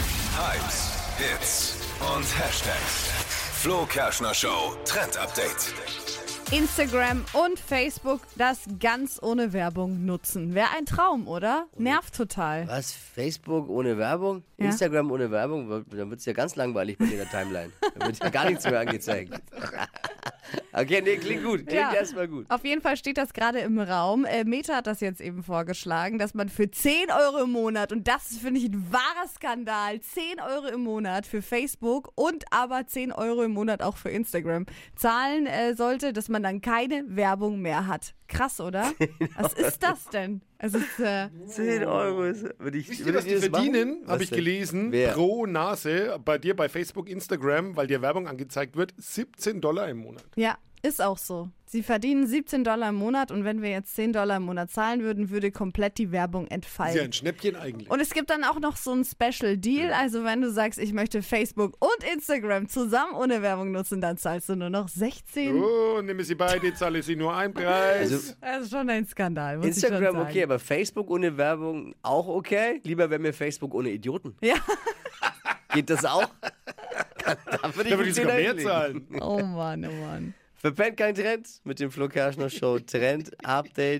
Hypes, Hits und Hashtags. Flo Kerschner Show Trend Update. Instagram und Facebook das ganz ohne Werbung nutzen. Wäre ein Traum, oder? Oh, Nervt total. Was? Facebook ohne Werbung? Ja. Instagram ohne Werbung? Dann wird's ja ganz langweilig bei dir in der Timeline. Dann wird ja gar nichts mehr angezeigt. Okay, nee, klingt gut. Klingt Ja. erstmal gut. Auf jeden Fall steht das gerade im Raum. Äh, Meta hat das jetzt eben vorgeschlagen, dass man für 10 Euro im Monat, und das ist, finde ich ein wahrer Skandal, 10 Euro im Monat für Facebook und aber 10 Euro im Monat auch für Instagram zahlen äh, sollte, dass man dann keine Werbung mehr hat. Krass, oder? Was ist das denn? Es ist, äh, 10 Euro ist. Würde ich, Wisst ihr, was die verdienen, habe ich gelesen, Wer? pro Nase bei dir bei Facebook, Instagram, weil dir Werbung angezeigt wird, 17 Dollar im Monat. Ja, ist auch so. Sie verdienen 17 Dollar im Monat und wenn wir jetzt 10 Dollar im Monat zahlen würden, würde komplett die Werbung Ist ja entfallen. ein Schnäppchen eigentlich. Und es gibt dann auch noch so einen Special Deal. Also wenn du sagst, ich möchte Facebook und Instagram zusammen ohne Werbung nutzen, dann zahlst du nur noch 16. oh, nehme sie beide, zahle sie nur einen Preis. Also, Das ist schon ein Skandal, muss ich schon Instagram sagen. okay, aber Facebook ohne Werbung auch okay. Lieber wäre mir Facebook ohne Idioten. Ja, Geht das auch? da würde da würde einen Zehner ich sogar mehr hinlegen. zahlen. oh Mann, oh Mann. Verpennt kein Trend mit dem Flo Kerschner Show Trend Update.